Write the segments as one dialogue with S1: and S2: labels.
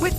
S1: With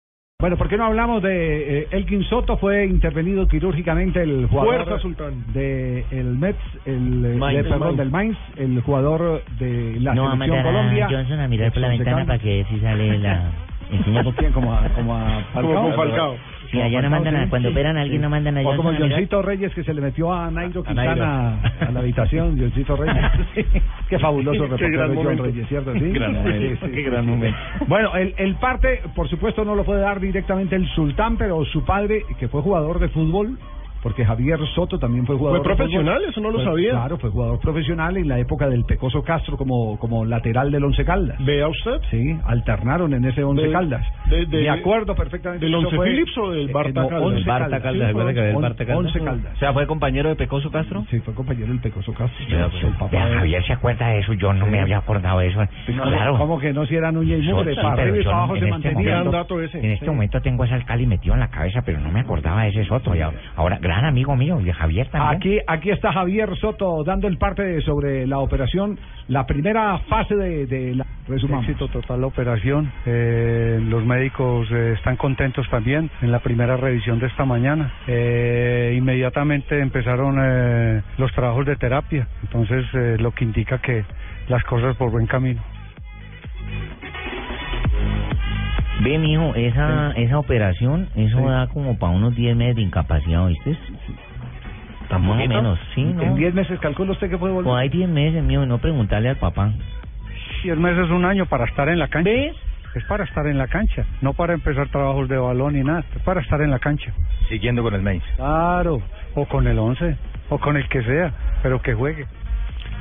S2: Bueno, ¿por qué no hablamos de eh, Elkin Soto? Fue intervenido quirúrgicamente el jugador
S3: Fuerza, Sultán.
S2: de el Mets, el, eh,
S3: Mainz,
S2: de-
S3: el
S2: perdón,
S3: Mainz.
S2: del Mainz, el jugador de la
S4: No va a
S2: selección
S4: mandar
S2: Colombia.
S4: a Johnson a mirar por la
S2: Fonseca.
S4: ventana para que si sale la... enseña
S2: ¿Como quién? Como a, como a Falcao.
S3: Como con Falcao.
S4: Y allá no mandan a- cuando operan a alguien no mandan a
S2: O como
S4: Johnson a mirar.
S2: Johncito Reyes que se le metió a Nairo
S4: A
S2: Quintana a,
S4: Nairo.
S2: la habitación, Johncito Reyes. Qué fabuloso
S3: Qué
S2: reportero
S3: gran
S2: John
S3: momento.
S2: Reyes, ¿cierto? Sí.
S3: Gran
S2: Sí,
S3: momento,
S2: sí,
S3: qué
S2: sí,
S3: gran
S2: sí.
S3: momento.
S2: Bueno, el, el parte, por supuesto, no lo puede dar directamente el sultán, pero su padre, que fue jugador de fútbol, porque Javier Soto también fue jugador
S3: Fue
S2: de
S3: profesional,
S2: fútbol.
S3: eso no lo
S2: Fue-
S3: sabía.
S2: Claro, fue jugador profesional en la época del Pecoso Castro como, como lateral del Once Caldas.
S3: Vea usted.
S2: Sí, alternaron en ese Once
S3: De-
S2: Caldas.
S3: de- de-
S2: me acuerdo perfectamente.
S3: ¿Del
S2: Eso
S3: Once
S2: fue-
S3: Phillips o del
S2: eh,
S3: Barta
S2: no,
S3: Caldas?
S2: Once
S3: Del Barta
S2: Sí,
S3: Caldas, ¿se acuerda que del
S2: on-
S3: Barta Caldas?
S2: Once Caldas.
S3: fue compañero de Pecoso Castro?
S2: Sí, fue compañero del Pecoso Castro.
S4: Vea,
S2: el papá
S4: vea,
S2: de-
S4: pues, Javier se acuerda de eso, yo no me había acordado de eso.
S2: No,
S4: claro.
S2: ¿Cómo que no si eran uña y
S4: Yo-
S2: mugre?
S4: sí,
S2: para
S4: pero
S2: arriba y
S4: yo
S2: para
S4: no-
S2: abajo
S4: en
S2: se
S4: este
S2: mantenían.
S4: momento-
S3: Gran dato ese.
S4: En este momento tengo ese alcalde metido en la cabeza, pero no me acordaba de ese Soto. Y a- ahora, gran amigo mío, y de Javier también.
S2: Ah, Aquí, aquí está Javier Soto dando el parte de- sobre la operación, la primera fase de, de la... Resumamos.
S5: Éxito total la operación. Eh, los médicos eh, están contentos también en la primera revisión de esta mañana. Eh, inmediatamente empezaron eh, los trabajos de terapia, entonces eh, lo que indica que las cosas por buen camino.
S4: Ve, mijo, esa, esa operación, eso da como para unos 10 meses de incapacidad, ¿oíste? Más o menos, sí,
S2: En
S4: ¿no? Pues
S2: 10 meses calcula usted que puede volver.
S4: Como hay 10 meses, mijo, y no preguntarle al papá.
S5: 10 meses, un año para estar en la cancha.
S4: ¿Ves?
S5: Es para estar en la cancha, no para empezar trabajos de balón ni nada, es para estar en la cancha.
S6: Siguiendo con el Mainz.
S5: Claro, o con el 11, o con el que sea, pero que juegue.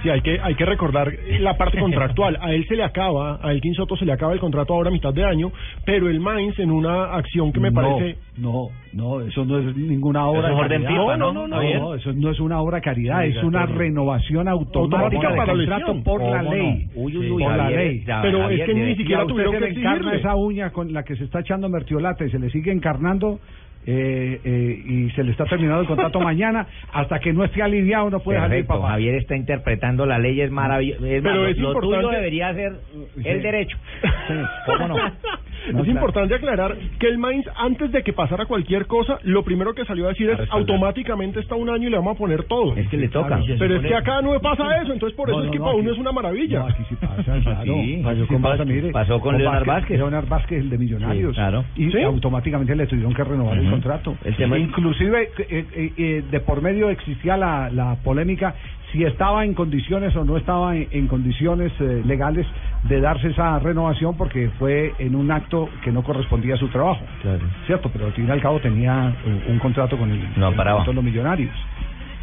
S3: Sí, hay que, hay que recordar la parte contractual. A él se le acaba, a Elkin Soto se le acaba el contrato ahora a mitad de año, pero el Mainz en una acción que me parece...
S2: No, no, no, eso no es ninguna obra de
S3: es orden
S2: caridad.
S3: FIFA, ¿no?
S2: no,
S3: Javier.
S2: no, eso no es una obra de caridad, es una renovación automática
S3: Automática
S2: del
S3: para
S2: contrato
S3: lesión.
S2: por la
S4: ¿Cómo no?
S2: ley.
S4: Uy, uy,
S2: por
S4: uy,
S2: la
S4: Javier,
S2: ley.
S4: ya,
S3: Pero
S4: Javier,
S3: es que ni
S4: debe-
S2: Y a
S3: siquiera
S2: usted
S3: tuvieron
S2: se
S3: que
S2: le encarna
S3: exigirle.
S2: esa uña con la que se está echando Mertiolate, se le sigue encarnando eh, eh, y se le está terminando el contrato mañana. Hasta que no esté aliviado no puede salir
S4: Perfecto,
S2: papá.
S4: Javier está interpretando la ley, es maravilloso. Es
S3: Pero
S4: más,
S3: es
S4: lo tuyo
S3: importante-
S4: debería ser
S2: Sí.
S4: el derecho.
S2: Sí,
S4: ¿Cómo no?
S3: es
S2: claro.
S3: importante aclarar que el Mainz, antes de que pasara cualquier cosa, lo primero que salió a decir es automáticamente está un año y le vamos a poner todo.
S4: Es que le toca.
S2: Claro, sí,
S3: Pero es que acá no me pasa eso, entonces por
S2: No,
S3: eso es
S2: no,
S3: que
S2: no,
S3: para
S2: aquí-
S3: uno es una maravilla.
S2: No, aquí sí pasa, claro.
S4: Sí,
S2: Pasó
S4: sí
S2: con
S4: pasa.
S2: Vázquez, mire.
S4: Pasó con Leonard Vázquez.
S2: Leonard Vázquez, el de Millonarios.
S4: Sí, claro.
S2: Y
S3: Sí.
S2: automáticamente le tuvieron que renovar el
S4: Ujú.
S2: contrato.
S4: El tema es-
S2: Inclusive, eh, eh, eh, de por medio existía la, la polémica si estaba en condiciones o no estaba en, en condiciones eh, legales de darse esa renovación porque fue en un acto que no correspondía a su trabajo.
S4: Claro.
S2: Cierto, pero al fin y al cabo tenía eh, un contrato con el,
S4: No
S2: el-
S4: paraba.
S2: con los millonarios.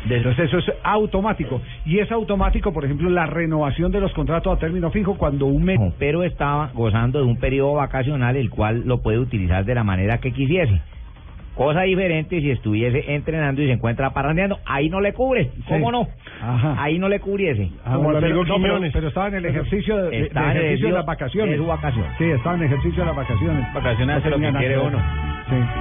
S2: Entonces eso es automático. Y es automático, por ejemplo, la renovación de los contratos a término fijo cuando un mes...
S4: No, pero estaba gozando de un periodo vacacional el cual lo puede utilizar de la manera que quisiese. Cosa diferente si estuviese entrenando y se encuentra parrandeando. Ahí no le cubre, ¿cómo no?
S2: Ajá. Ah,
S4: Ahí no le cubriese.
S3: Como el amigo
S2: pero, no, pero-
S3: Quiñones.
S2: pero estaba en el ejercicio de, de-
S4: Estaba
S2: de ejercicio de
S4: en el ejercicio
S2: las vacaciones.
S4: de su vacación.
S2: Sí, estaba en ejercicio de las vacaciones.
S4: Vacaciones hace lo
S2: tenía
S4: que
S2: nada
S4: quiere
S2: ver.
S4: uno.
S2: Sí.